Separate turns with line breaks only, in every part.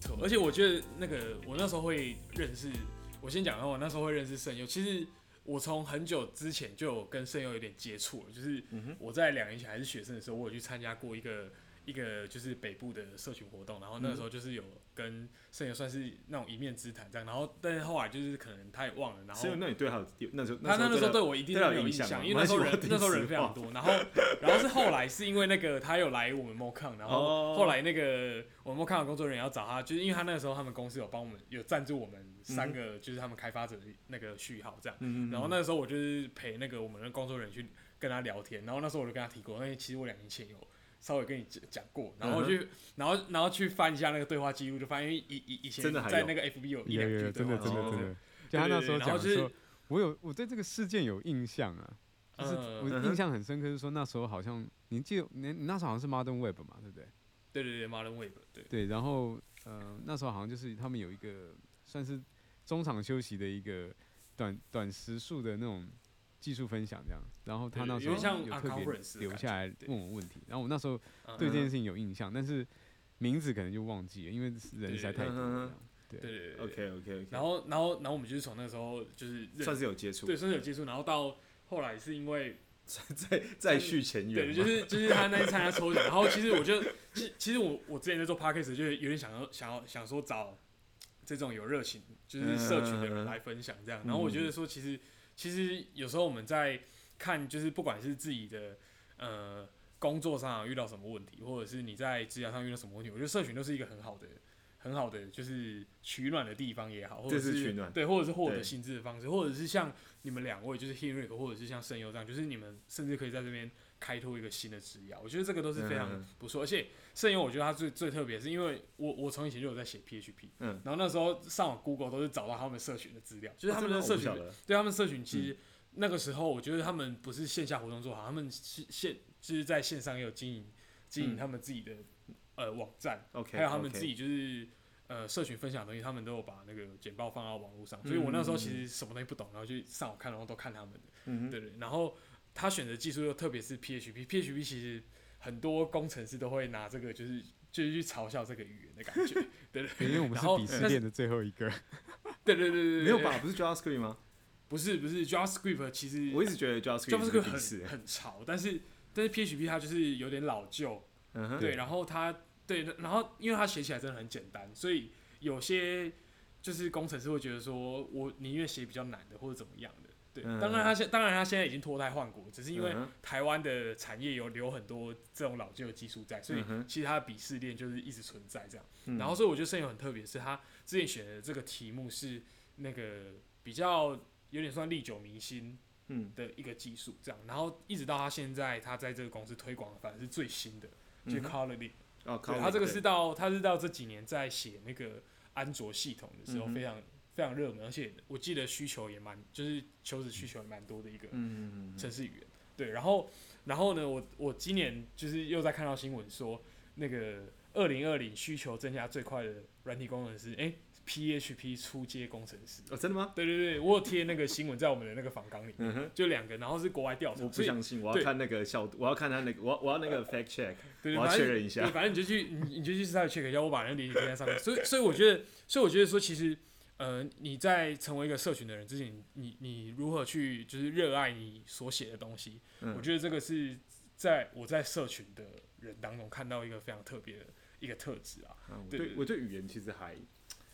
错。而且我觉得那个我那时候会认识，我先讲，我那时候会认识圣佑。其实我从很久之前就有跟圣佑有点接触了，就是我在两年前还是学生的时候，我有去参加过一个一个就是北部的社群活动，然后那时候就是有跟圣佑算是那种一面之谈这样，然后但是后来就是可能他也忘了，然后
所以那你对他有有那时候
他那
那
时候对
我
我一定
对他
没
有
有印
印象吗
象，因为那时候
没关
人
系我听
那时候人
实
非
话
常多，然后 然后是后来是因为那个他有来我们 MoCon，然后
哦
后来那个我们 MoCon 的工作人员要找他，就是因为他那个时候他们公司有帮我们有赞助我们
嗯
三个就是他们开发者的那个序号这样，
嗯嗯嗯
然后那个时候我就是陪那个我们的工作人员去跟他聊天，然后那时候我就跟他提过，因哎为其实我两年前有稍微跟你讲讲过，然后
嗯哼
就、然后然后去翻一下那个对话记录，就发现以以以前
真的还有
在那个 FB 有一
有
两
有
句
有，
哦对
真
话
的
记
真
录这
的真
样
的，就他那时候
对对对然后
讲
就是
说，我有我对这个事件有印象啊，就是
嗯
我
嗯哼
印象很深刻，是说那时候好像你记得你你那时候好像是 Modern Web 嘛，对不对？
对对对，Modern Web 对。
对，然后呃那时候好像就是他们有一个算是中场休息的一个短短时数的那种技术分享这样，然后他
对
那
有
时候
点像
有特
unconference 的
别留
感
下来
对
问我问题，然后我那时候
嗯
对这件事情有印象，但是名字可能就忘记了，因为人实在太
嗯
多了
嗯嗯
这样。对
对对对对
OK OK OK，
然后，然后，然后我们就是从那时候就是认
算是嗯有接触，
对，算是有接触，然后到后来是因为
再再续前缘
对，
嘛，
就是就是他那次参加抽奖，然后其实我就其其实我我之前在做 podcast 就是有点想要想要想说找这种有热情
嗯
就是社群的人来分享这样，然后我觉得说其实其实有时候我们在看就是不管是自己的呃工作上遇到什么问题，或者是你在职业上遇到什么问题，我觉得社群都是一个很好的。很好的，就是取暖的地方也好，或者
这是
是
取暖
对，或者是获得
对
薪资的方式，或者是像你们两位，就是 Henrik 或者是像声优这样，就是你们甚至可以在这边开拓一个新的职业啊，我觉得这个都是非常
嗯
不错。而且圣游，我觉得它最最特别，是因为我我从以前就有在写 PHP，
嗯，
然后那时候上网 Google 都是找到他们社群的资料，就是他们的
哦
社
这
群
个我不晓得嗯
对他们社群，其实那个时候我觉得他们不是线下活动做好，他们是线就是在线上也有经营经营他们自己的、呃网站，
嗯 OK，
还有他们自
OK
己就是呃社群分享的东西，他们都有把那个简报放到网络上，所以我那时候其实什么东西不懂，然后就上网看，然后都看他们的，
嗯哼
对对。然后他选择技术又特别是 PHP，PHP 其实很多工程师都会拿这个就是就是去嘲笑这个语言的感觉，对对
对因为我们
然
是
后
鄙视
但是
链的最后一个，
对对对对，
没有吧？？不是 JavaScript 吗？
不是不是，JavaScript 其实
我一直觉得 JavaScript 是
JavaScript
个鄙视欸
很，很潮，但是但是 PHP 它就是有点老旧，
嗯哼，
对，然后它对，然后因为它写起来真的很简单，所以有些就是工程师会觉得说我宁愿写比较难的或者怎么样的。对，
嗯
当然他现当然他现在已经脱胎换骨，只是因为
嗯哼
台湾的产业有留很多这种老旧的技术在，所以
嗯哼
其实它的鄙视链就是一直存在这样。
嗯
然后所以我觉得圣友很特别，是他之前选的这个题目是那个比较有点算历久弥新，
嗯
的一个技术，这样，然后一直到他现在，他在这个公司推广的反而是最新的，就是
嗯哼
Colony，、
哦，
对，他这个是到他是到这几年在写那个安卓系统的时候
嗯哼
非常、非常热门，而且我记得需求也蛮，就是求职需求也蛮多的一个
嗯嗯嗯
城市语言。对，然后然后呢，我我今年就是又在看到新闻说，那个二零二零需求增加最快的软体工程师，哎，PHP 初阶工程师。
哦，真的吗？
对对对，我有贴那个新闻在我们的那个访纲里面，
嗯哼。
就两个，然后是国外调查，
我不
所以
相信，我要
对
看那个效，我要看他那个，我要我要那个 fact check，
对，
我要
反正
确认一下
对，反正你就去，你你就去 site check 一下，我把那个链接贴在上面。所以，所以我觉得，所以我觉得说，其实，呃，你在成为一个社群的人之前，你你如何去就是热爱你所写的东西，
嗯
我觉得这个是在我在社群的人当中看到一个非常特别的一个特质啊。
嗯我
对
对
对
我对语言其实还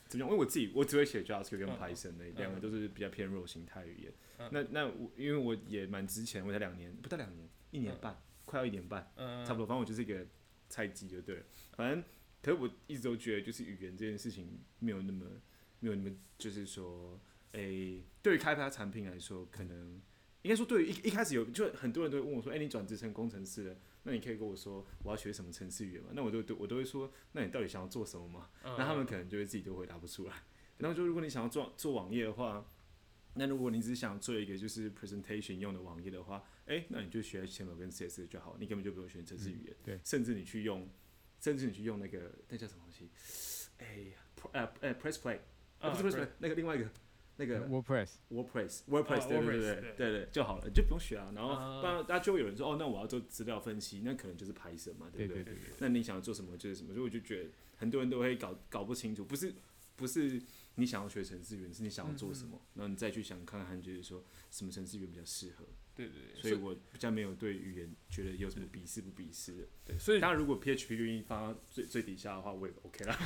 怎么样？因为我自己我只会写 JavaScript 跟
嗯
Python 那
嗯
两个都是比较偏弱形态语言
嗯。
那那我因为我也蛮之前，我才两年，不到两年，一年半，快要一年半，
嗯，
差不多。反正我就是一个菜鸡就对了。反正，可是我一直都觉得，就是语言这件事情没有那么没有那么，就是说，诶、对于开发产品来说，可能应该说对于一一开始有，就很多人都会问我说，诶、哎你转职成工程师了，那你可以跟我说我要学什么程式语言嘛？那我都都我都会说，那你到底想要做什么嘛？
嗯。
那他们可能就会自己都回答不出来。 然后就如果你想要做做网页的话，那如果你只想做一个就是 presentation 用的网页的话，哎，那你就学 HTML 跟 CSS 就好，你根本就不用学程式语言。
对
甚至你去用，甚至你去用那个那叫什么东西？哎，pro- 呃呃 Press Play，、呃、
嗯
不是 Press Play，
Press-
那个另外一个。那个
呃 WordPress，
WordPress WordPress 对对
WordPress，
对
对
对对对就好了，就不用学啊。然后
啊
不然大家就会有人说哦，那我要做资料分析，那可能就是拍摄嘛，对
对
不对？
对对，
那你想要做什么就是什么，所以我就觉得很多人都会搞搞不清楚，不是不是你想要学程式员，是你想要做什么，然后你再去想看看，就是说什么程式员比较适合。
对对对，
所以我比较没有对语言觉得有什么鄙视不鄙视的。
对所以
当然，如果 PHP 愿意放到最最底下的话，我也 OK 啦。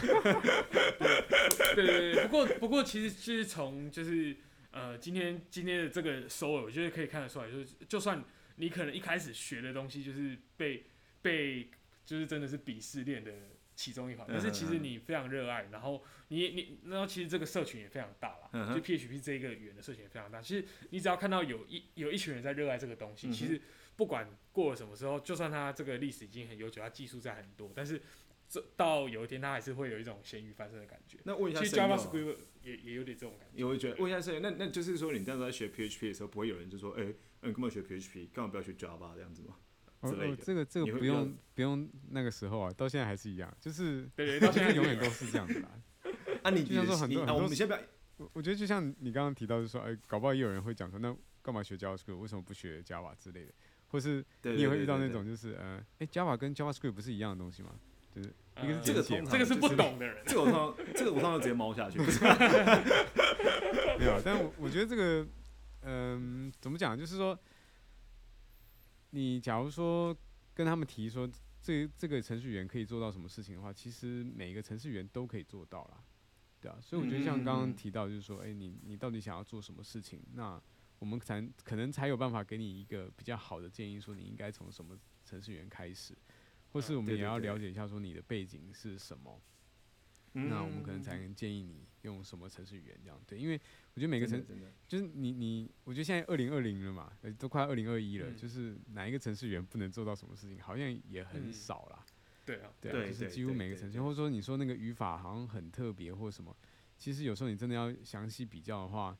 对对对，不过不过其实就是从就是呃今天今天的这个收尾，我觉得可以看得出来，就是就算你可能一开始学的东西就是被被就是真的是鄙视链的其中一环，
嗯
但是其实你非常热爱，然后你你然后其实这个社群也非常大啦，
嗯哼
就 PHP 这一个语言的社群也非常大。其实你只要看到有一有一群人在热爱这个东西，
嗯哼
其实不管过了什么时候，就算它这个历史已经很悠久，它技术在很多，但是这到有一天它还是会有一种咸鱼翻身的感觉。
那问一下
其实
声优啊
JavaScript 也也有点这种感觉。
也会觉得，问一下是，那那就是说，你当时在学 PHP 的时候，不会有人就说，哎、嗯，干嘛学 PHP，干嘛不要学 Java 这样子吗？
哦
之类
哦
的
这个这
你
个
会
不
比较
用不用那个时候啊，到现在还是一样，就是
对对，
到
到
现
现
在
在
永远都是这 样子啦。
啊，你
就像说很
你
多
啊，
很多
我们先不要，
我我觉得就像你刚刚提到，就是说，哎、搞不好也有人会讲说，那干嘛学 JavaScript？为什么不学 Java 之类的？或是
对
你也会遇到那，
对对对
种，就是呃，哎、j a v a 跟 JavaScript 不是一样的东西吗？就是一个是
呃
这个
简介
通
嘛
这个是
就是
不懂的人
对。这个我通常，这个我通常直接猫 下去。
没有，但我我觉得这个，嗯、怎么讲？就是说，你假如说跟他们提说这这个程序员可以做到什么事情的话，其实每个程序员都可以做到啦，对啊。所以我觉得像刚
嗯
刚提到，就是说，哎、你你到底想要做什么事情？那我们才可能才有办法给你一个比较好的建议，说你应该从什么程序员开始，或是我们
啊对
也
对
要
对
了解一下说你的背景是什么。
嗯
那我们可能才能建议你用什么程序员这样对，因为我觉得每
每
个程
真的，
就是你你，我觉得现在二零二零了嘛，呃都快二零二一了，
嗯
就是哪一个程序员不能做到什么事情，好像也很
嗯
少啦。
对啊，
对啊，
对
就是
对
几乎
对
每个
对
程序
对
员，或者说你说那个语法好像很特别或什么，其实有时候你真的要详细比较的话，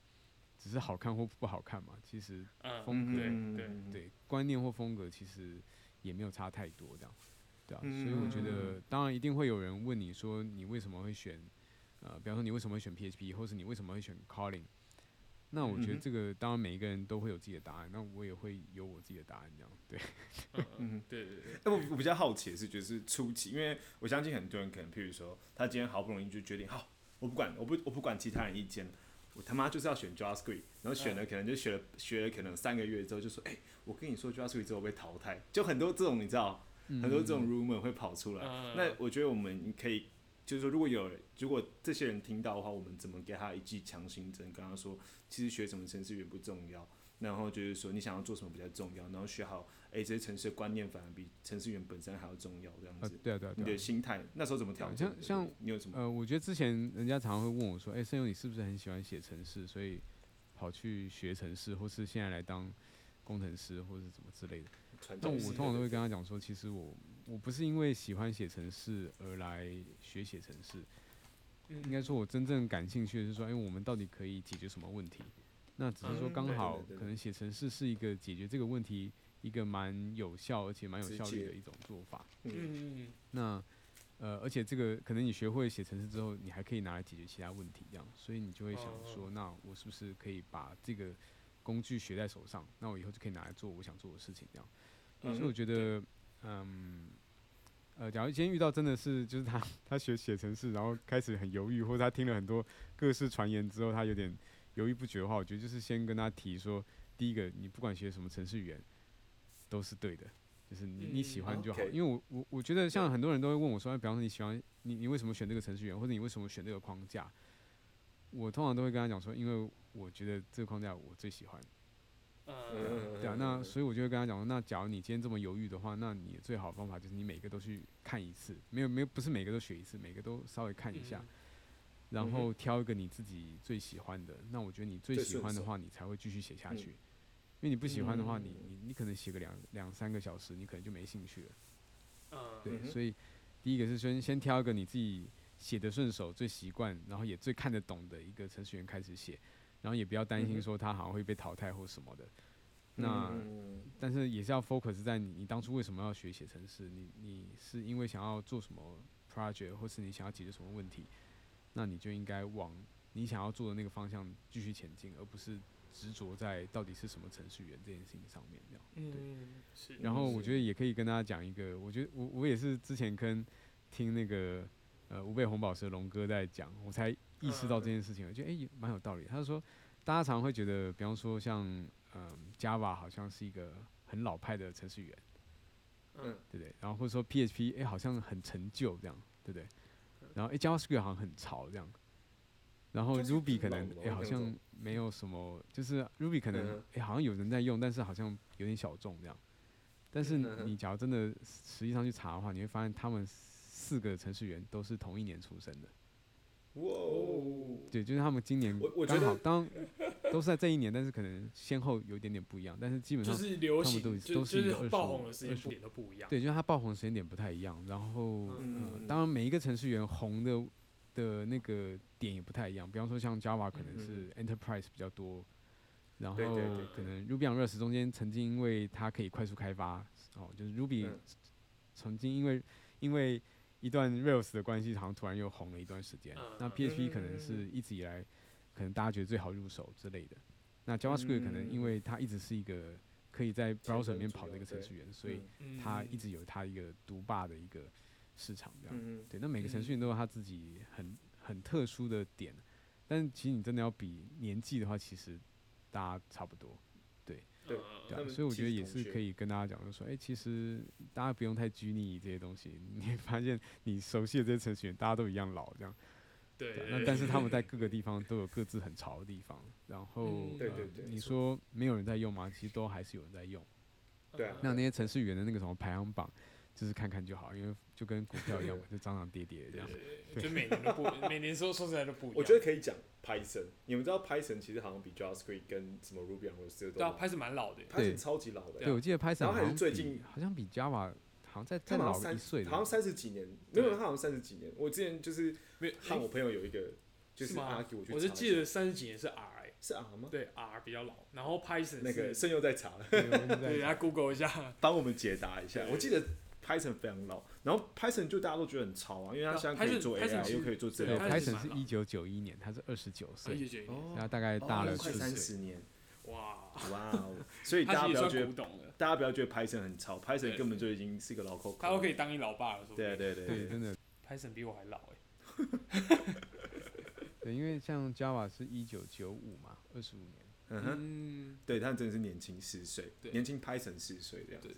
只是好看或不好看嘛，其实
嗯，
风格
对对，
对，
对观念或风格其实也没有差太多这样，对啊，所以我觉
嗯
得当然一定会有人问你说你为什么会选，呃，比方说你为什么会选 PHP，或是你为什么会选 Calling，那我觉
嗯
得
哼
这个当然每一个人都会有自己的答案，那我也会有我自己的答案这样，对，
嗯
嗯
嗯，对对对，
哎，我我比较好奇的是，就是初期，因为我相信很多人可能，譬如说，他今天好不容易就决定，好，我不管，我不我不管其他人意见，我他妈就是要选 JavaScript，然后选
嗯
了可能就学了学了可能三个月之后，就说，哎、我跟你说 JavaScript 之后被淘汰，就很多这种你知道，
嗯
很多这种 rumor 会跑出来。
嗯
那我觉得我们可以，就是说，如果有人如果这些人听到的话，我们怎么给他一剂强心针，跟他说，其实学什么程式远不重要，然后就是说你想要做什么比较重要，然后学好，哎、这些程式的观念反而比程式员本身还要重要，这样
呃
子。，
对啊对啊
你
对
的
啊。
心态那时候怎么调整的？
像像
对你有什么？
呃，我觉得之前人家常常会问我说：“哎、盛勇，你是不是很喜欢写程式，所以跑去学程式，或是现在来当工程师，或是怎么之类的？”
传
那
统
我
式
通
的
常都会跟他讲说，其实我我不是因为喜欢写程式而来学写程式，
嗯
应该说我真正感兴趣的是说，哎、我们到底可以解决什么问题？那只是说
嗯
刚
对
好
对对
可能写程式是一个解决这个问题一个蛮有效而且蛮有
直
效率
接
的一种做法。
嗯
嗯嗯
那呃，而且这个可能你学会写程式之后，你还可以拿来解决其他问题，这样，所以你就会想
哦哦
说，那我是不是可以把这个工具学在手上？那我以后就可以拿来做我想做的事情，这样。
嗯，
所以我觉得，嗯，呃，假如今天遇到真的是就是他 他学写程式，然后开始很犹豫，或者他听了很多各式传言之后，他有点犹豫不决的话，我觉得就是先跟他提说，第一个，你不管学什么程序员，都是对的，就是你你喜
嗯
欢就好。
，OK
因为我我我觉得像很多人都会问我说，哎比方说你喜欢你你为什么选这个程序员，或者你为什么选这个框架？我通常都会跟他讲说，因为我觉得这个框架我最喜欢。
嗯
对啊，那所以我就会跟他讲说，那假如你今天这么犹豫的话，那你最好的方法就是你每个都去看一次，没有没有不是每个都学一次，每个都稍微看一下，，
嗯
然
哼
后挑一个你自己最喜欢的。那我觉得你最
最
喜
顺
欢的
手
话，你才会继续写下
嗯
去，因为你不喜欢的话，你
嗯
你你可能写个两两三个小时，你可能就没兴趣了。
嗯
对，
嗯哼
所以第一个是先先挑一个你自己写的顺手、最习惯，然后也最看得懂的一个程序员开始写，然后也不要担
嗯
心
哼
说他好像会被淘汰或什么的。那、
嗯
但是也是要 focus 在你你当初为什么要学写程式，你你是因为想要做什么 project，或是你想要解决什么问题，那你就应该往你想要做的那个方向继续前进，而不是执着在到底是什么程序员这件事情上面这样。
嗯，是，
然后我
是
觉得也可以跟大家讲一个，我觉得我我也是之前跟听那个呃五倍红宝石的龙哥在讲，我才意识
嗯
到这件事情，我觉得诶也蛮有道理。他就说，大家常会觉得，比方说像嗯、Java 好像是一个很老派的程序员，
嗯
对不对？然后或者说 PHP 诶好像很陈旧这样，对不对？然后诶 JavaScript 好像很潮这样。然后 Ruby 可能
老
诶
老
好
那种
像没有什么，就是 Ruby 可能
嗯
诶好像有人在用，但是好像有点小众这样。但是
嗯哼
你假如真的实际上去查的话，你会发现他们四个程序员都是同一年出生的，
哇哦，
对，就是他们今年
我我觉
刚好
得
当都是在这一年，但是可能先后有一点点不一样，但是基本
就
上
是流行，
他们都
就
都
就是
一个
是爆
25
红的时间点都不一样。
对，就是他爆红的时间点不太一样，然后、呃
嗯
当然每一个程序员红的的那个点也不太一样，比方说像 Java 可能
嗯
是 Enterprise 比较多，然后
对对对
可能 Ruby on Rails 中间曾经因为它可以快速开发，哦，就是 Ruby
嗯
曾经因为因为一段 Rails 的关系，好像突然又红了一段时间。那
嗯
PHP
嗯
可
嗯
能
嗯
是一直以来可能大家觉得最好入手之类的。
嗯
那 JavaScript 可能因为它一直是一个可以在
前
browser
端
里面
主
跑的一
流
个程
对
序员，所以
嗯
它一直有它一个独霸的一个市场这样。
嗯
对，那啊每个程序
嗯
员都有他自己很很特殊的点，但其实你真的要比年纪的话，其实大家差不多。
对
嗯
对
他
啊，
们
所以我
其
觉得
实
也
同
是
学
可以跟大家讲，就说，哎、其实大家不用太拘泥于这些东西。 你会发现你熟悉的这些程序员，大家都一样老这样。
对
对啊
对，
那但是他们在各个地方都有各自很潮的地方。然后，
嗯对对
呃
对
你
没
说没有人在用吗？其实都还是有人在用。
对啊
那那些程序员的那个什么排行榜，就是看看就好，因为就跟股票一样嘛，就涨涨跌跌这样。
对就每年都不，每年说说起来都不一样。
我觉得可以讲 Python，你们知道 Python 其实好像比 JavaScript 跟什么 Ruby on Rails 这个都
对啊，
老
拍是蛮老的，
对
Python 超级老的
对，
欸，
我记得 Python
然后
好
还是
像
最
比
近
好像比 Java 好像再再
他们
老
好像
一岁
三
了，
好像三十几年，没有，他好像三十几年。我之前就是
没有
和我朋友有一个就是
是吗
argue，我去
我
查
是
一
记
下
得三十几年是 R，欸
是 R 吗？
对 R 比较老，然后 Python
那
是
个盛佑在查，
对我们
对，啊
在
来 Google 一下，
帮我们解答一下。
对
我记得 Python 非常老，然后 Python 就大家都觉得很潮啊，因为它
对啊
现在可以做
Python- Python
AI，
其实
又可以做资
对
料
对，它也是
Python
蛮
是
老
一九九一年，他是二十九
所
岁，
以觉
然后
哦，
大概大了
哦快
四
三
岁。
十年，
得哇，
哇哦！所以大
他
家
其
不
实
要
也
觉
算
得哦
古董了，
大家不要觉得 Python 很潮，Python
对
根本就已经是一个老 c o
他都可以当你老爸了，说不定
对对对
对，
对，
真的，
Python 比我还老哎，
对，因为像 Java 是一九九五嘛，二十五年，
嗯哼。
嗯，
对他真的是年轻四岁，
对
年轻 Python 四岁这样子。
对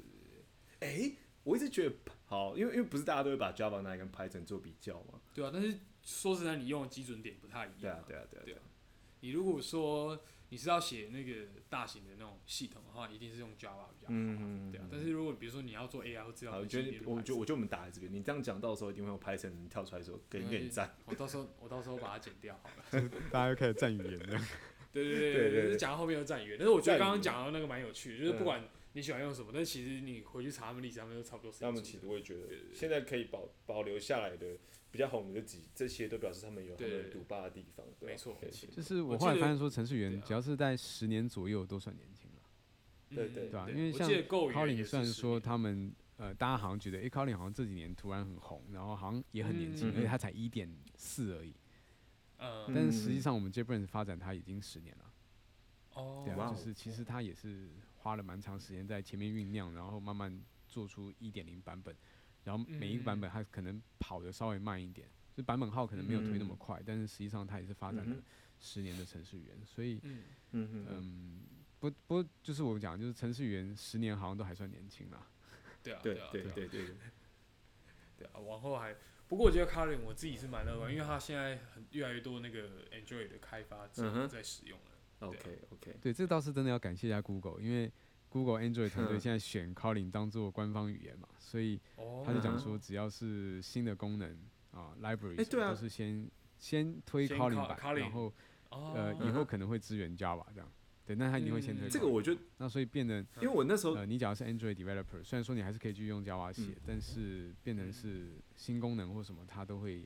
哎、我一直觉得好，因为因为不是大家都会把 Java 拿来跟 Python 做比较嘛。
对啊，但是说实在，你用的基准点不太一
对
样
啊，，对啊，对啊，
对啊你如果说你是要写那个大型的那种系统的话，一定是用 Java 比较好啊，
嗯，
对啊，但是如果比如说你要做 AI 或资料
好，我
分析，
觉
你
得
就，Python
我觉得，我觉得我们打在这边，你这样讲，到时候一定会有 Python 人跳出来说给你
嗯
点赞。
我到时候我到时候把它剪掉好了。
大家又开始占语言了。
对对
对
对
对
对，
对
就是讲到后面的战语，但是我觉得
战语
刚刚讲到那个蛮有趣的，
嗯
就是不管你喜欢用什么，但其实你回去查他们历史，他们都差不多是一
他们
组
其
的
实我也觉得
对对，对
现在可以保保留下来的比较红的这几这些，都表示他们有他
对
们独霸的地方。对啊
没错
对
其
就是
我
我
记
后来
得
发现说，程序
对
员
啊
只要是在十年左右都算年轻了。
对
嗯
对
对啊因为像 Colin 虽然说他们呃，大家好像觉得，哎、c o l i n 好像这几年突然很红，然后好像也很年轻，
嗯
而且他才一点四而已。
嗯
但是实际上，我们 JetBrains 发展它已经十年了，
哦
对
哇
啊，
哦
就是其实它也是花了蛮长时间在前面酝酿，然后慢慢做出一点零版本，然后每一个版
嗯
本它可能跑的稍微慢一点，就版本号可能没有推那么
嗯
快，但是实际上它也是发展
嗯
了
哼
十年的程序员，所以
嗯
嗯嗯嗯，
嗯，不不就是我讲，就是程序员十年好像都还算年轻啦。
对啊
对
啊
对
啊
对对，
对啊，往后还不过我觉得 Colin 我自己是蛮乐观，因为他现在很越来越多那个 Android 的开发
嗯
者
哼
在使用了，
，OK OK，
啊
对，这倒是真的要感谢一下 Google，因为 Google Android 团队
嗯
现在选 Kotlin 当做官方语言嘛，所以
哦
他就讲
嗯
说，只要是新的功能啊，library
哎
什
对
么
啊
都是先先推
先
Kotlin
Ko-
版，
Kotlin
然后
哦
呃以
嗯哼
后可能会支援 Java 这样。对，那他一定会先
嗯
推 Kotlin。
这个我就
那所以变成
因为我那时候
呃，你只要是 Android developer，虽然说你还是可以去用 Java 写，但是变成
嗯
是新功能或什么，它都会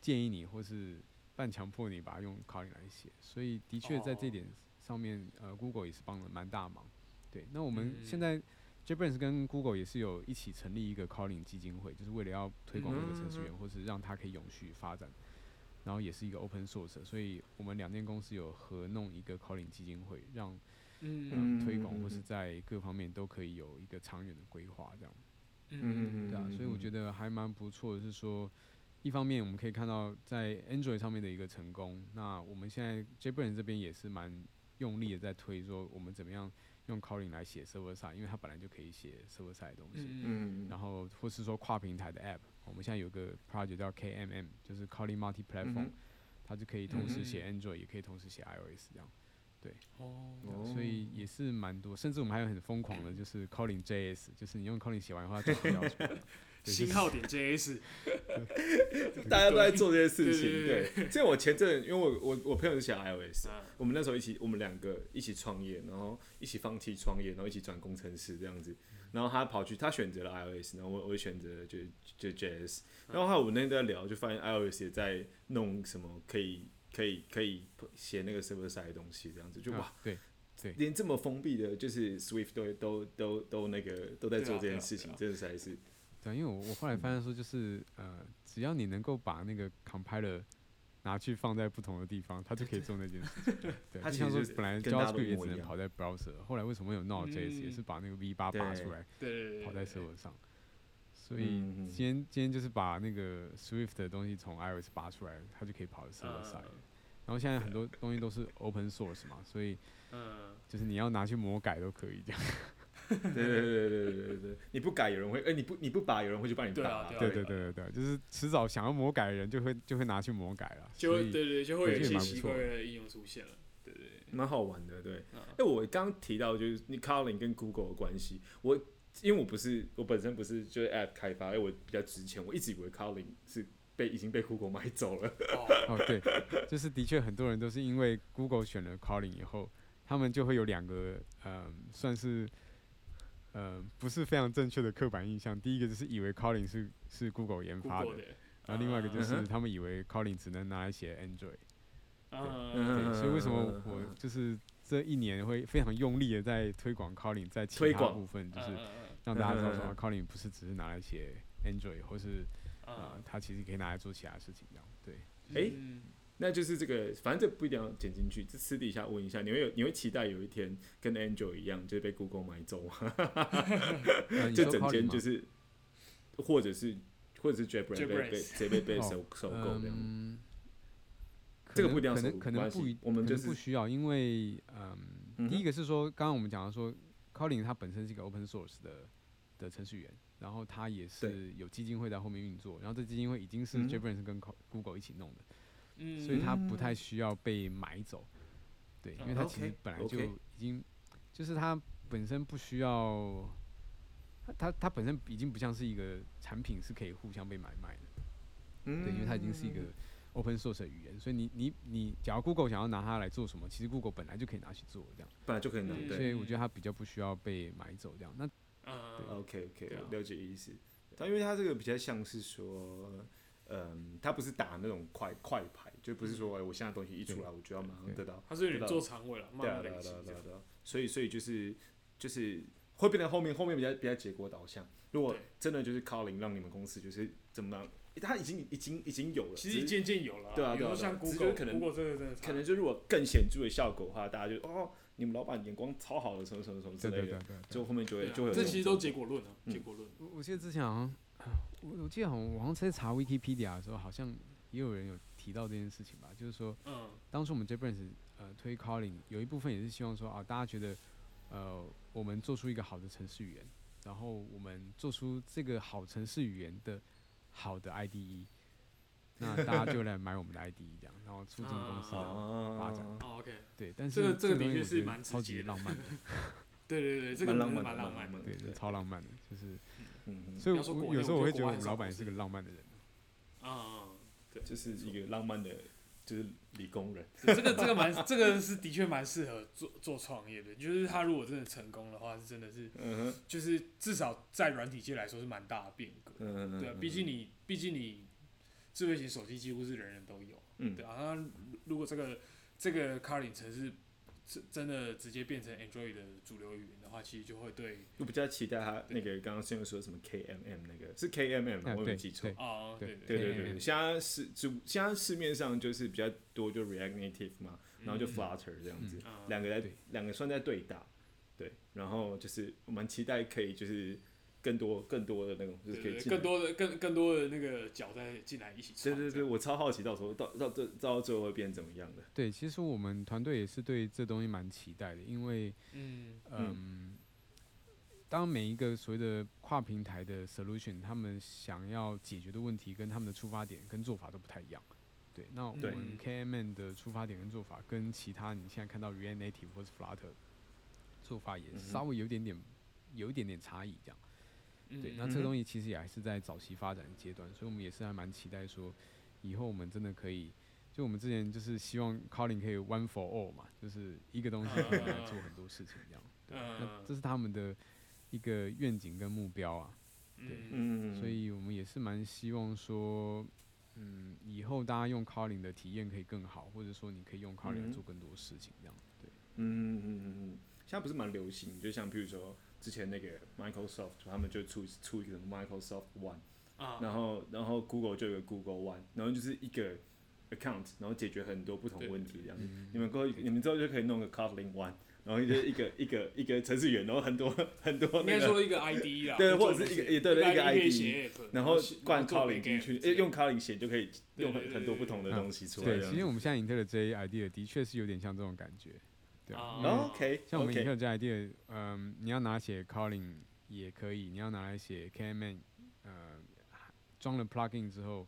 建议你或是半强迫你把它用 Kotlin 来写。所以的确在这
哦
点上面，呃，Google 也是帮了蛮大忙。对，那我们现
嗯
在 JetBrains 跟 Google 也是有一起成立一个 Kotlin 基金会，就是为了要推广这个程序
嗯
员，或是让它可以永续发展。然后也是一个 open source，所以我们两间公司有合弄一个 calling 基金会，让
嗯
让推广
嗯嗯
或
嗯
是
嗯
在各方面都可以有一个长远的规划，这样
嗯
对啊，所以我觉
得，
得还蛮不错的，是说一方面我们可以看到在 Android 上面的一个成功，那我们现在 JBrain 这边也是蛮用力的在推说我们怎么样用 calling 来写 server side，因为它本来就可以写 server side 的东西，
嗯
嗯，
然后或是说跨平台的 app，我们现在有个 project 叫 KMM，就是 Calling Multi
嗯
Platform，、
哼嗯
它就可以同时写 Android，、也可以同时写 iOS 这样，
哦，
对啊
哦
所以也是蛮多。甚至我们还有很疯狂的，就是 Calling JS，就是你用 Calling 写完的话，它就 不要什么了对
星号点嗯 JS，
大家都在做这些事
对
情，
对
对。这我前阵，因为我我我朋友是写 iOS，
啊
我们那时候一起，我们两个一起创业，然后一起放弃创业，然后一起转工程师这样子。然后他跑去，他选择了 iOS，然后我我选择了就就 JS。然后后来我们那天在聊，就发现 iOS 也在弄什么可以可以可以写那个 server side 的东西，这样子就哇
啊，对，
连这么封闭的，就是 Swift 都都都都那个都在做
对
这
啊对啊
件事情
对啊，
真的实在是
对啊，因为我我后来发现说，就是呃，只要你能够把那个 compiler 拿去放在不同的地方，它就可以做那件事情。对，啊
它
就
其
像
实
说
就是
本来
跟大家都
JavaScript 也
一模
只
一
能
样
跑在 browser，后来为什么有 Node.js 也
嗯
是把那个 V 八拔
对
出来
对对对，
跑在 server 上，所以
嗯嗯嗯
今天今天就是把那个 Swift 的东西从 iOS 拔出来，它就可以跑
嗯
呃
server side 了。然后现在很多东西都是 open source 嘛，所以
嗯，
就是你要拿去魔改都可以这样。
对对对对对对对，你不改有人会，哎、你不你不拔有人会去帮你
对
拔、
啊对啊
对对对对对，就是迟早想要魔改的人就会就会拿去魔改了。
就
所
会
以
对对，就会有一
我觉得
些
也蛮不
奇
错
怪
的
的应用出现了，对对对，
蛮好玩的，对。
啊
哎、我刚提到就是你 Colin 跟 Google 的关系，我因为我不是我本身不是就是 App 开发，哎，我比较值钱，我一直以为 Colin 是被已经被 Google 买走了，
哦，
哦，对，就是的确很多人都是因为 Google 选了 Calling 以后，他们就会有两个嗯、算是嗯、不是非常正确的刻板印象。第一个就是以为 Calling 是是 Google 研发
Google
的，
的，
然后另外一个就
嗯
是
哼
他们以为 Calling 只能拿来写 Android。
嗯，
对，所以为什么
嗯
我就是这一年会非常用力的在推广 Calling，在其
推
他
广啊
部分就是
嗯
让大家知道说
嗯
啊 Calling 不是只是拿来写 Android，或是啊、
啊，
它其实可以拿来做其他事情这样。对，
哎
嗯
那就是这个，反正这不一定要剪进去，这私底下问一下，你会有你会期待有一天跟 Angel 一样，就是被 Google 买走吗？
呃你
这
说
整
Calling
间
吗
就是，或者是或者是 JetBrains 被
JetBrains
被直接被被收收购这样子。
哦嗯、可
这个
能
不一定要
可
收
能
购
可
没关
能不
系
一，
我们
可
就
能不
是
需要，因为嗯，
嗯
第一
哼
个是说，刚刚我们讲到说，Kotlin 它本身是一个 open source 的的程序员，然后它也是有基金会在后面运作，然后这基金会已经是
嗯
JetBrains 跟 Co- Google 一起弄的，
嗯，
所以它不太需要被买走，对，因为
嗯
它其实
，OK，
本来就
OK
已经，就是它本身不需要。它它它本身已经不像是一个产品，是可以互相被买卖的。
嗯
对，因为它已经是一个 open source 的语言，所以你你你，假如 Google 想要拿它来做什么，其实 Google 本来就可以拿去做这样，
本来就可以拿
嗯
对
所。以我觉得它比较不需要被买走这样。那
嗯
OK OK，、
对啊
了解意思。但因为它这个比较像是说，嗯，它不是打那种快快牌，就不是说，哎、我现在东西一出来，我就要马上
对
得到，
它是有点
对啊
做长尾了，慢
对啊
慢
对
累
啊
积
对啊
这
对啊
样，
对啊。所以所以就是就是会变成后面后面比较比较结果导向。如果
对
真的就是 calling 让你们公司就是怎么样，它已经已经已经有了，
其实
只是
渐渐有了，
对啊
比如
对啊
说像
对啊只是
Google，
可能
Google 真的真的差
可能就如果更显著的效果的话，大家就哦，你们老板眼光超好的，什么什么什么之
对
类
对
的
对，对对。
就后面就
对
会
啊
就会有
这
种
其实都结果论啊，
嗯
结果论，
我我记得之前好像，我我记得好像，我好像在查 Wikipedia 的时候，好像也有人有提到这件事情吧，就是说
嗯
当初我们 JetBrains 呃推 Calling 有一部分也是希望说啊，大家觉得呃我们做出一个好的程式语言，然后我们做出这个好程式语言的好的 IDE，那大家就来买我们的 IDE 这样，然后促进公司的发展。
啊
哦，OK，
对，但
这
是
个这个
东
的
西
确是
我觉得
蛮直
超级
接的
浪 漫的，
对对对，这个
蛮
真的
浪漫
蛮
的
浪
蛮
漫
浪
的
漫，的
对，这超浪漫的，就是
嗯哼。
所以
要说国
我
内
有时候我
我
会
觉得
觉
国外
得我们
很少
老板也
公司
是个浪漫的人。
啊，对，
就是一个浪漫的，就是理工人。
这个这个蛮这个是的确蛮适合做做创业的，就是他如果真的成功的话，是真的是
嗯哼，
就是至少在软体界来说是蛮大的变革，
嗯
对啊，毕竟你毕竟你智慧型手机几乎是人人都有，
嗯
对啊，那如果这个这个 Carling 城市真真的直接变成 Android 的主流语言的话，其实就会对
我比较期待他那个刚刚先生说什么 KMM 那个是 KMM 吗？
啊
我有没
对
有记错
对。
啊，对
对对
对
对，
对
现在市主现在市面上就是比较多就 React Native 嘛，然后就 Flutter 这样子，
啊
两个在
对
两个算在对打，对，然后就是我蛮期待可以就是更多更多的那种，就是可
对
以
对，
进来
更多的更更多的那个脚在进来一起
对
串，
对
这
对，
样，
我超好奇到时候到到这到最后会变怎么样的。
对，其实我们团队也是对这东西蛮期待的，因为
嗯
嗯，当每一个所谓的跨平台的 solution，他们想要解决的问题跟他们的出发点跟做法都不太一样。对，那我
对
们 KMN 的出发点跟做法跟其他你现在看到 React Native 或是 Flutter 做法也
嗯哼
稍微有一点点、有一点点差异这样。
嗯，
对，
嗯
那
嗯
这个
哼
东西其实也还是在早期发展的阶段，所以我们也是还蛮期待说，以后我们真的可以，就我们之前就是希望 Colin 可以 one for all 嘛，就是一个东西可以来做很多事情这样。对，啊那
嗯
这是他们的一个愿景跟目标啊，对
嗯
嗯，
所以我们也是蛮希望说，嗯，以后大家用 Colin 的体验可以更好，或者说你可以用 Colin 来
嗯
做更多事情这样。对，
嗯嗯嗯嗯，现在不是蛮流行，就像比如说之前那个 Microsoft，他们就出出一个什么 Microsoft One，
啊，
然后然后 Google 就有个 Google One，然后就是一个 account，然后解决很多不同
对
问题这样子。
嗯
你们过你们之后就可以弄个 Kotlin One，然后就一个一个一个程序员，然后很多很多
应
那
该
个，
说一 个 ID 啦，
对
做
或者是一个也对
一
对一个
可以
ID
写 app，
然后
写
灌
做
Kotlin
backend
进去，哎
之类的
用 Kotlin 写就可以
对
用
对
很
对
很多
对
不同的
对
东西出来这
对，
样
其实
子。
我们现在 Intel 的这些 idea 的确是有点像这种感觉，对啊
啊
因为
然后
OK
像我们
OK，
Intel 这 idea，嗯，你要拿来写 Calling 也可以，你要拿来写 KMN，呃，装了 plugin 之后，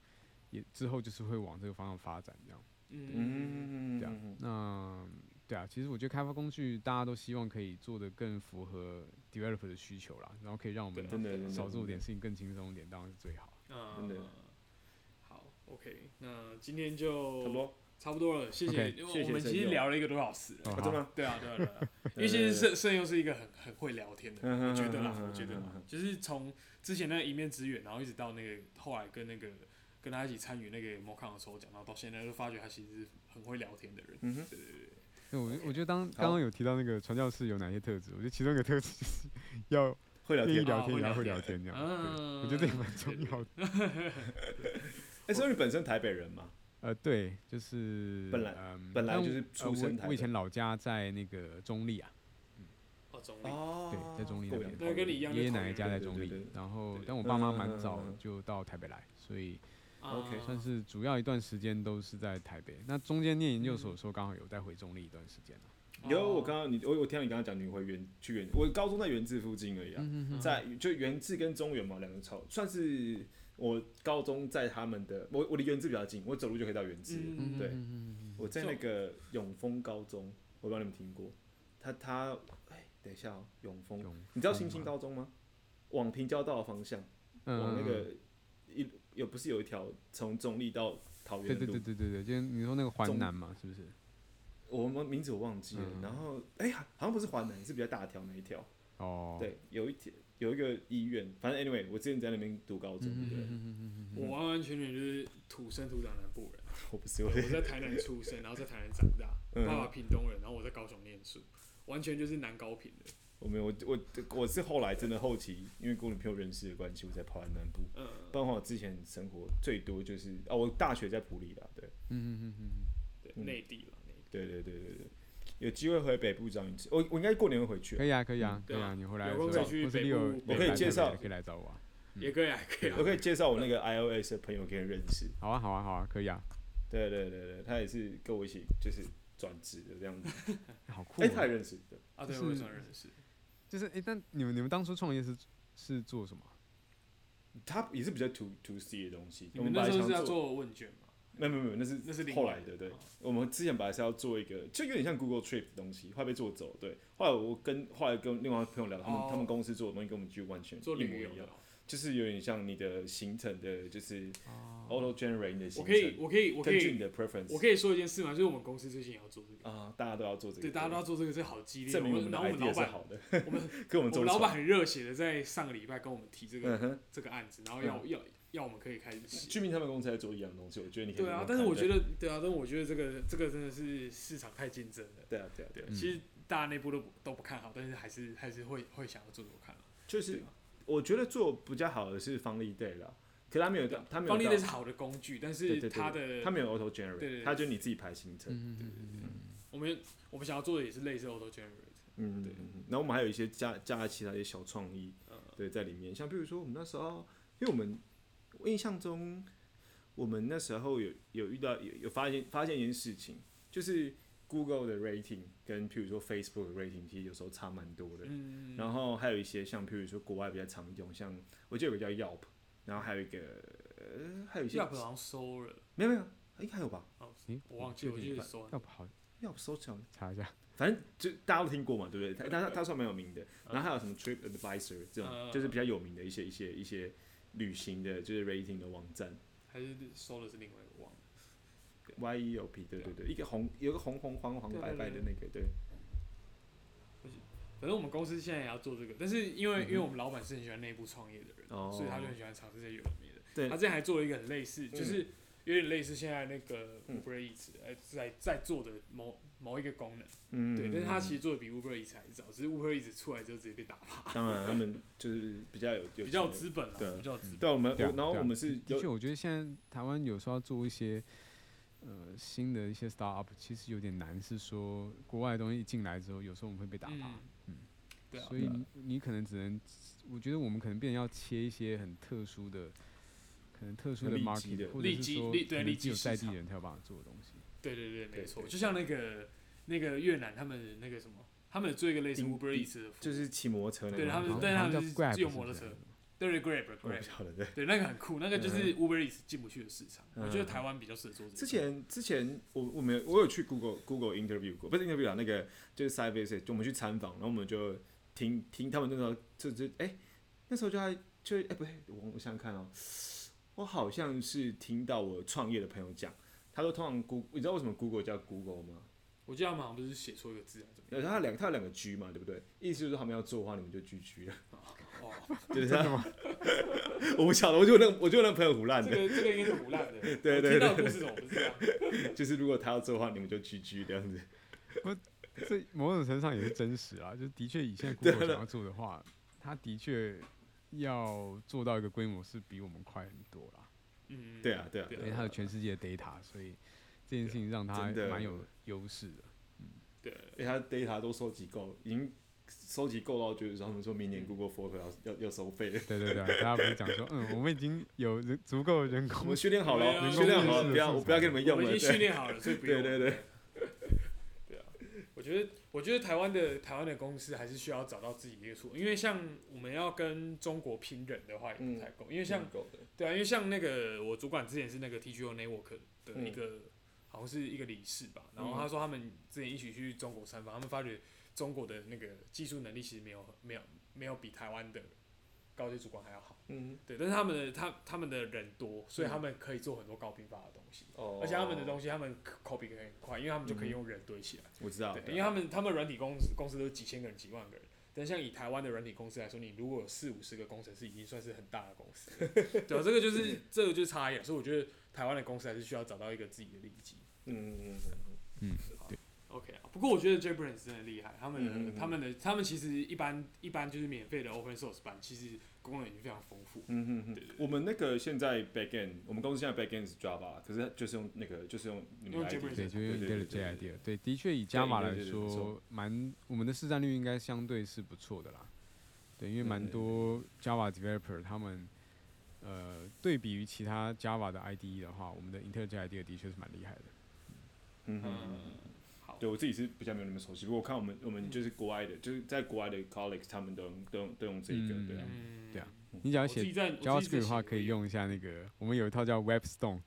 也之后就是会往这个方向发展这样。
嗯
嗯，
对啊
嗯
那对啊，其实我觉得开发工具大家都希望可以做的更符合 developer 的需求啦，然后可以让我们
真的真的
少做
真的
点事情更轻松一点，当然是最好。
啊
真的，
好，OK，那今天就
差不多。
差不多了，谢
OK，
谢，因为
谢
我
谢
们其
沈
实
佑
聊了一个多小时了。
哦
啊，真的吗？
对啊，对啊，对啊，因为其实盛盛佑是一个很很会聊天的人，
嗯
我觉得啦，
嗯
我觉得
嗯嗯
啦
嗯，
就是从之前那个一面之缘，然后一直到那个后来跟那个跟他一起参与那个 m o c o n 的抽奖，然后到现在就发觉他其实是很会聊天的人。
嗯哼，
那我我觉得当刚
好
刚有提到那个传教士有哪些特质，我觉得其中一个特质就是要
会聊
愿意
天。
啊
聊天，
会
然
聊
后会
天
聊天这样。对，
嗯
我觉得这也蛮重要的。
哎，所以你本身台北人嘛？
呃，对，就是
本来
嗯
本来
但
就是
我
出
呃
生
我
台
我
北
以前老家在那个中立啊，
哦，总理，
哦
对，在中立那边。
对跟你一样
爷爷
在桃
奶奶
园
家在
对
中
对
立，
对对
然后
对
但我爸妈蛮
嗯
早
嗯嗯嗯
就到台北来，所以
啊
OK，
算是主要一段时间都是在台北。那中间念研究所的时候，刚好有再回中立一段时间啊
有，
哦
我刚刚你我我听到你刚刚讲你会原去原，我高中在原治附近而已啊，
嗯嗯
在就原治跟中原嘛，两个超算是我高中在他们的，我我离原治比较近，我走路就可以到原治。
嗯
对
嗯
我在那个永丰高中，我不知道你们听过，他他哎，等一下、哦，永丰，
永
你知道
丰
新兴
吗
高中吗？往平交道的方向，往那
嗯
个一有不是有一条从中立到桃园
对
的路
对对对对对，就是你说那个环
中
南嘛，是不是？
我们名字我忘记了，
嗯
然后哎、呀，好像不是华南，是比较大条那一条。
哦，
对，有一天有一个医院，反正 anyway，我之前在那边读高中，
嗯，嗯
对，
嗯嗯嗯嗯嗯
我完完全全就是土生土长南部人，
我不是我
我在台南出生，然后在台南长大，
嗯
爸爸屏东人，然后我在高雄念书，完全就是南高平的。
我没有我我我是后来真的后期，因为跟我女朋友认识的关系，我才跑来南部。
嗯，
不然的话，我之前生活最多就是啊，我大学在普里啦，对，
嗯嗯嗯
对，
嗯
内地了，内地。
对对对对对，有机会回北部找你吃，我我应该过年会回去
可，以啊，可以
嗯，
啊可以
对
啊，
啊
你回来的
有
时
空
候，
可
或
以去
是
北
你有
部
我可以介绍
可以来找我啊。
也可以啊，也可以啊
我。可以介绍我那个 iOS 的朋友给你认识。
好啊，好啊，好啊，可以啊，
对对对对，他也是跟我一起就是转职的这 样子，
好酷、
哎、
哦。
他也认识，对，
啊，对，
是
我也算认识。
就是哎、但你们你们当初创业是是做什么？
他也是比较 to to C 的东西。
你
我
们
本
那
来
时候
想
是要做问卷嘛？
没有没有没有，那是
那是另
后
外
来的。
的
对
哦，
我们之前本来是要做一个，就有点像 Google Trip 的东西，后来被做走。对，后来我跟后来跟另外朋友聊，他们、
哦
他们公司做的东西跟我们就完全
做
一
旅
模
游
一
的
样，
哦。
就是有点像你的行程的，就是
哦
auto generate 你的
我
行
可以，
程，
我可以，我可
根据你
以，
的 preference。
我可以说一件事吗？就是我们公司最近也要做这个，
啊，大家都要做这个，
对，大家都要做这个，这好激烈。
证明
我
我
们
们的
然后我们
idea
老
是
板，
好的，
我们
跟
我
我们
们
周
老
传
板很热血的，在上个礼拜跟我们提这个
嗯哼，
这个案子，然后要要要我们可以开始写。
居民他们公司在做一样的东西，我觉得你可以
对啊
慢慢，
但是
看
我觉得，对啊，但是我觉得这个这个真的是市场太竞争了。
对啊对啊对啊，
对，其实大家内部都不都不看好，但是还是还是会会想要做做看啊。
就是我觉得做比较好的是方力 day 啦，可他没有到，他没有
啊方力
到
类是好的工具，但
对
是
对对
它
对
的
他没有 auto
对对
generate，
对
他就你自己排行程。
嗯嗯
我们我们想要做的也是类似 auto generate。
嗯，
对
嗯嗯然后我们还有一些加加其他一些小创意，
嗯
对，在里面。像比如说我们那时候，因为我们我印象中，我们那时候有有遇到有有发现发现一件事情，就是 Google 的 rating 跟譬如说 Facebook 的 rating 其实有时候差蛮多的。
嗯，
然后还有一些像譬如说国外比较常用，像我记得有个叫 Yelp，然后还有一个呃还有一些
亚普好像收了，
没有没有，应该有吧
嗯，
我忘记，我记得收了。
要不好
？Yelp 收起来了，
查一下，
反正就大家都听过嘛，对不对？
嗯
他他他算蛮有名的。然后还有什么 Trip Advisor 这种，
嗯
就是比较有名的一些一些一些旅行的，就是 rating 的网站。
还是收的是另外一个忘了。
Y E L P，对对对，一个红有个红红黄黄
对
白
对
白的那个，对，
反正我们公司现在也要做这个，但是因为、
嗯哼
因为我们老板是很喜欢内部创业的人，
哦
所以他就很喜欢尝试这些有的没的。
对
他之前还做了一个很类似，
嗯
就是有点类似现在那个
嗯
Uber Eats，呃、在在做的某某一个功能，
嗯，
对，但是他其实做的比 Uber Eats 还早，只是 Uber Eats 出来之后直接被打趴，
嗯当然他们就是比较有有
比较有
钱
资本啊，
对
比较有资本。
对，我们我
对啊
然后
对啊
我们是
的确，
有
我觉得现在台湾有时候要做一些呃新的一些 startup，其实有点难，是说国外的东西一进来之后，有时候我们会被打趴
嗯。，对啊
所以你你可能只能，我觉得我们可能变成要切一些很特殊的，可能特殊
很
的
利基
market，
的
或者
利
是
基
说
利对
可
利
能
基
只有
市
在地
场
人才有办法做的东西。
对对对，没错，
对对
就像那个那个越南他们那个什么，他们有做一个类似
叮
Uber
叮
Eats 的服务，
就是骑摩托车那
对
个
他
吗，
们
好像
但他
好
们
像叫
是
Grab
自由
是
摩托
这
车
样的
对对 Grab
我
Grab，
不晓得对。
对，那个很酷，那个就是 Uber Eats 进不去的市场。
嗯
我觉得台湾比较适合做这个。
之前之前我我们有我有去 Google Google interview 过，不是 interview 啊，那个就是 side visit，就我们去参访，然后我们就听听他们那时候就就哎、那时候就还就哎、不对，我我想想看哦，我好像是听到我创业的朋友讲，他说通常 Google 你知道为什么 Google 叫 Google 吗？
我记得他们好像不是写错一个字啊，怎么
然后它有两它有两个 G 嘛，对不对？意思就是他们要做的话，你们就 GG 了，
样？哦，
就是这样。 我不晓得，我就那我就那朋友胡乱
这
的，
个这个应该是胡乱的。对
对对
听到的故事怎么不是这 样？
就是如果他要做的话，你们就 GG 这样子。
这某种程度上也是真实啊，就的确以现在 Google
啊
想要做的话，它的确要做到一个规模是比我们快很多啦，
嗯，
对啊，对啊，
对
因
啊
为它有全世界的 data，所以这件事情让它
真的
蛮有优势的。
对啊，
因为他 data 都收集够，已经收集够到，就是他们说明
嗯
年 Google Photo 要要要收费了。
对对对，大家不是讲说，嗯，我们已经有人足够的人
我
工
们训练好
对啊
了，训练好了，不要
是是是
我不要给你们
我
用
们
了。
已经训
对
练好了，所以不用。
对对对
对啊，我觉得，我觉得台湾的台湾的公司还是需要找到自己的一个出路，因为像我们要跟中国拼人的话也不太
嗯
够，因为像
狗的，
对啊，因为像那个我主管之前是那个 TGO Network 的
嗯
一个，好像是一个理事吧。然后他说他们之前一起去中国参访，他们发觉中国的那个技术能力其实没有没有没有比台湾的高级主管还要好。
嗯，
对，但是他们的他他们的人多，所以他们可以做很多高频法的东西。
哦嗯
而且他们的东
西
西，他们 copy 可以很快，因为他们就可以用人堆起来。
我知道，
啊对，因为他们他们软体公司公司都是几千个人、几万个人，但像以台湾的软体公司来说，你如果有四五十个工程师，已经算是很大的公司了。对啊，这个就是这个就是差异啊，所以我觉得台湾的公司还是需要找到一个自己的利基。
嗯嗯嗯，
OK 啊，不过我觉得 JetBrains 真的厉害，他们的、
嗯嗯嗯
他们的他们其实一般一般就是免费的 Open Source 版，其实功能已经非常丰富。
嗯嗯嗯
对对，
我们那个现在 backend，我们公司现在 backend 是 Java，可是就是用那个就是用你们
用
的
Jabra
ID，
对，就
对
用 d e
对
l J
对
idea。对，的确以加
对
码
对
来
对对没
说
错，
蛮我们的市占率应该相对是不错的啦。对，因为蛮
嗯
多 Java developer 他们，呃，对比于其他 Java 的 IDE 的话，我们的 IntelliJ IDEA 的确是蛮厉害的。
嗯嗯嗯嗯
嗯，好，
对我自己是比较没有那么熟悉，不过我看我们我们就是国外的，就是在国外的 colleagues 他们都用都用都用这个，
嗯
对啊，
嗯，
对啊你只要
我自
写
己在
JavaScript 的话，可以
用。
用一下那个，我们有一套叫 WebStone。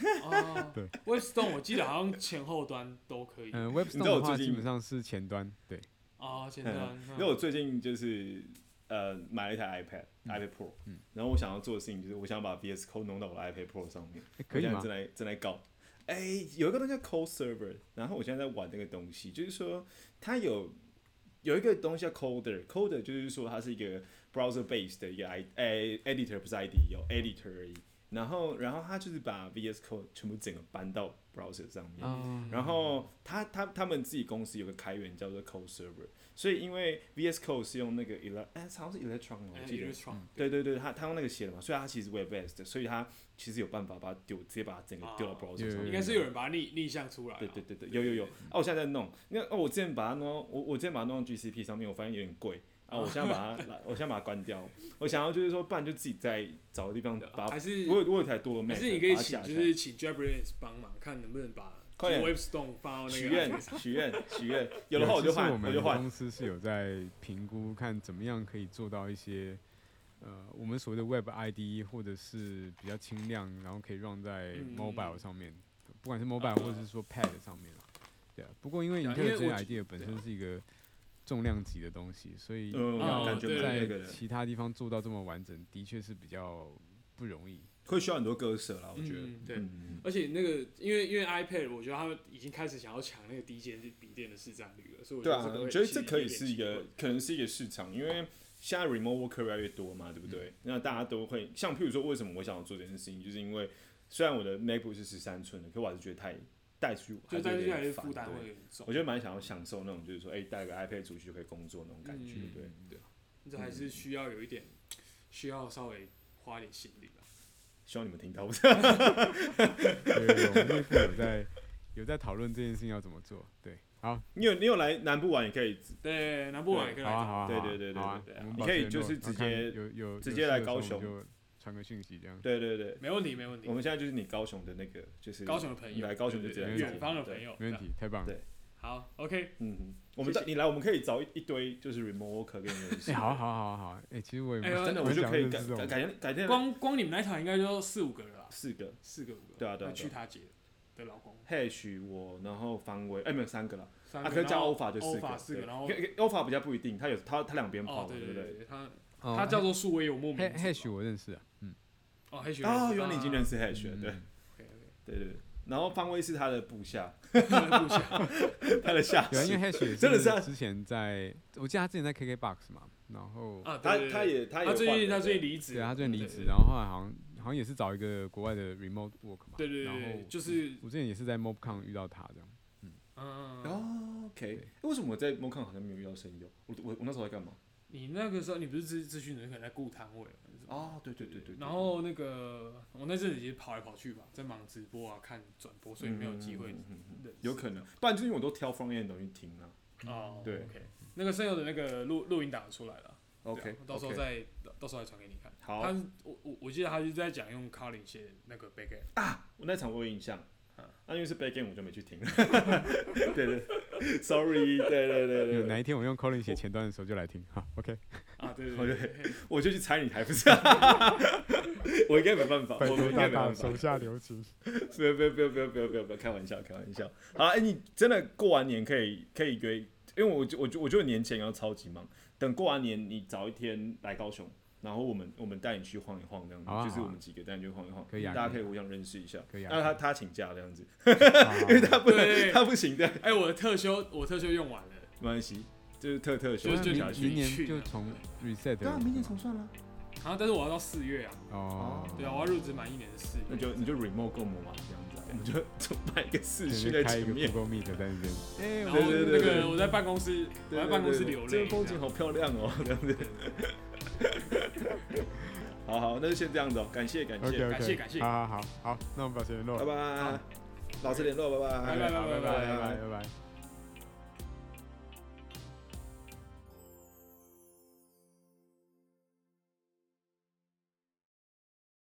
哦，
对
w e b s t o n e 我记得好像前后端都可以。
嗯
你知道
，WebStone
我
的
最
话基
近
本上是前端，对，
哦，前端。嗯
那我最近就是呃买了一台 iPad、iPad Pro，、
嗯
然后我想要做的事情就是我想把 VS Code 弄到我的 iPad Pro 上面，
诶可以
我现在
吗
正？在正在搞。哎、有一个东西叫 Code Server，然后我现在在玩那个东西，就是说它有有一个东西叫 Coder，Coder 就是说它是一个 browser base 的一个 i 哎 editor 不是 ID 有 editor 而已。然后然后他就是把 VS Code 全部整个搬到 browser 上面。
嗯
然后他他他们自己公司有个开源叫做 Code Server，所以因为 VS Code 是用那个 Ele 哎、好像是 Electron 吗我记
哎
得。嗯对对对，他他用那个写的嘛，所以他其实 Web based，所以他其实有办法把它丢直接把它整个丢到
啊
browser 上面。
应该是有人把它逆逆向出来啊。
对对对对，有有有。哦，我现在在弄，那哦，我之前把它弄到，我我之前把它弄到 GCP 上面，我发现有点贵。啊，我现在 把它，我现在把它关掉。我想要就是说，不然就自己再找个地方把它
啊还。是
我有我有台多个 Mac，
还是你可以
把它
请
下，
就
下来
是请 Jabrins 帮忙，看能不能把
快点
Webstone 放到那
许
个 iPhone
愿
上。
许愿 许愿，有的话我就
其实
换
我，
我就
们
换。
公司是有在评估，看怎么样可以做到一些，呃，我们所谓的 Web IDE 或者是比较轻量，然后可以 run 在
嗯
mobile 上面，不
啊
管是 mobile 或者是说 Pad 上面啊对啊，不过因为
对啊
Intel
因为
这
我
idea 本身是一个重量级的东西，所以
啊嗯，
哦
感觉
对
蛮那个
在
的，
其他地方做到这么完整，的确是比较不容易。
会需要很多割舍啦，我觉得。
嗯对
嗯
而且那个，因为因为 iPad，我觉得他们已经开始想要抢那个低阶笔电的市占率了，所以我
对
觉得
啊
这，个
我
会
觉得
其实
这可以
有点
是一
机会
个，可能是一个市场，因为现在 remote worker 越来越多嘛，对不
嗯
对？那大家都会，像譬如说，为什么我想要做这件事情，就是因为虽然我的 MacBook 是十三寸的，可我还是觉得太带出去还
就但
有
是越来越
点烦
负担会有
对
点重
我。觉得蛮想要享受那种，就是说，哎、带个 iPad 出去就可以工作那种感觉，
嗯
对。
这还
嗯
是需要有一点，需要稍微花一点心力吧。
希望你们听到，
对，对对我们内部有在有在讨论这件事情要怎么做。对，好，
你有你有来南部玩，也可以
对，南部网也可以
好啊，好
来
对
啊，好啊
对对对
好啊
对对
我们
你
保
可
持
以
联
就
络
是
然后
直
看
接
有有
直
有
接
事
来
的时
高
候我们
雄
就传个讯息这样。
对对对，
没问题，没问题
我。们现在就是你高雄的那个，就是
高雄的朋
你
友，
来高雄就
对对
直接来
对
找
远方的
对
朋友，
没问
这样。
题，太棒了。
对
好，OK，
嗯，我们到
谢
你来，我们可以找一一堆就是 remote worker 跟你认识。
哎、好好好好，哎、其实我也
哎呦
蛮
真的，
蛮
我就
想
可以
认识
改
这种
改改天改天
光光你们那一场应该就四五个了啦，
四个
四个五个。
对啊对啊对啊
去他姐的老公，
hash 我，然后方威，哎没有三个了，
三个
啊可是
然
加
后
OFA 就四个，
OFA 四个，然后
可可 OFA 比较不一定，他有他他两边跑
哦，
嘛，
对对
不对？
对，他
哦
他叫做素微有莫名
Hash
字
Hash，我认识啊，嗯，
哦黑雪
哦，原来你已经认
识
识 hash 了，对
嗯
对对对，然后方威是他的部下，
啊，不想
他的下
对啊，因 为
属，
Hash 也
真的是啊
之前在，我记得他之前在 KKBox 嘛，然后
啊，
他
对对对
他也他也
他最
换
近
了
他最近
对
离职
对
了，
啊，他之前离
对
职，然后后来好像好像也是找一个国外的 remote work 嘛，
对对
然
对
后嗯
对，就是
我之前也是在 MobCon 遇到他这样，
嗯，
哦 OK，哎为什么我在 m o c o n 好像没有遇到声优？我我我那时候在干嘛？
你那个时候你不是咨咨询人，可能在顾摊位嘛，
哦，对对对对，对
然后那个我那阵子也跑来跑去吧，在忙直播啊，看转播，所以没有机会
嗯嗯嗯嗯嗯
认识
有可能，不然就是因为我都挑 front end 的东西听啊。
哦。
对
，OK，那个声优的那个录录音档出来了对
OK，
啊到时候
OK
再到时候再传给你看。
好
他我我我记得他就在讲用 Colin 写那个 backend，
我那场我有印象
啊，
那因为是 back end 我就没去 听。对对，sorry，对对对对
有
对，
哪一天我用 Colin 写前端的时候就来听，好，OK，
啊，对
好
对
对
对，
我就去猜你台不是？ 我应该没办法，我应该没办法。
下留 情，
不要不要不要不要不要不要不要，开玩笑开玩笑。好，哎，你真的过完年可以可以约，因为我就我就我觉得年前要超级忙，等过完年你早一天来高雄，然后我们我们带你去晃一晃，这样子
好啊
就是
好啊
我们几个带你去晃一晃，
可以啊
大家可
可以
以互相认识一下。
可以啊
那他他请假这样子，
因
因为他不能
对
他不行的，
哎，我的特休我特休用完了，
没关系，就是特特休
就
息
就
下
你
去。
啊明
去
年就
呢
从 reset，
对啊，明年重算了。
然后但是我要到四月啊，
哦，
对啊，我要入职满一年的四月，
那就你就 remote 跟我们玩这样子啊，我们就就摆一个视
对
讯
就
在
开
前
一个
面。
Google Meet 在那边，
然后
对对对
那
对
个我在办公室，我
对
在办公室流泪，
这个风景
这样
好漂亮哦， 这样子。好好，那就先这样子哦，感谢感
OK
谢，
OK，
感谢感谢
好好好好，那我们保持联络，
拜拜，保持联络，拜
拜拜拜拜拜拜
拜拜拜拜。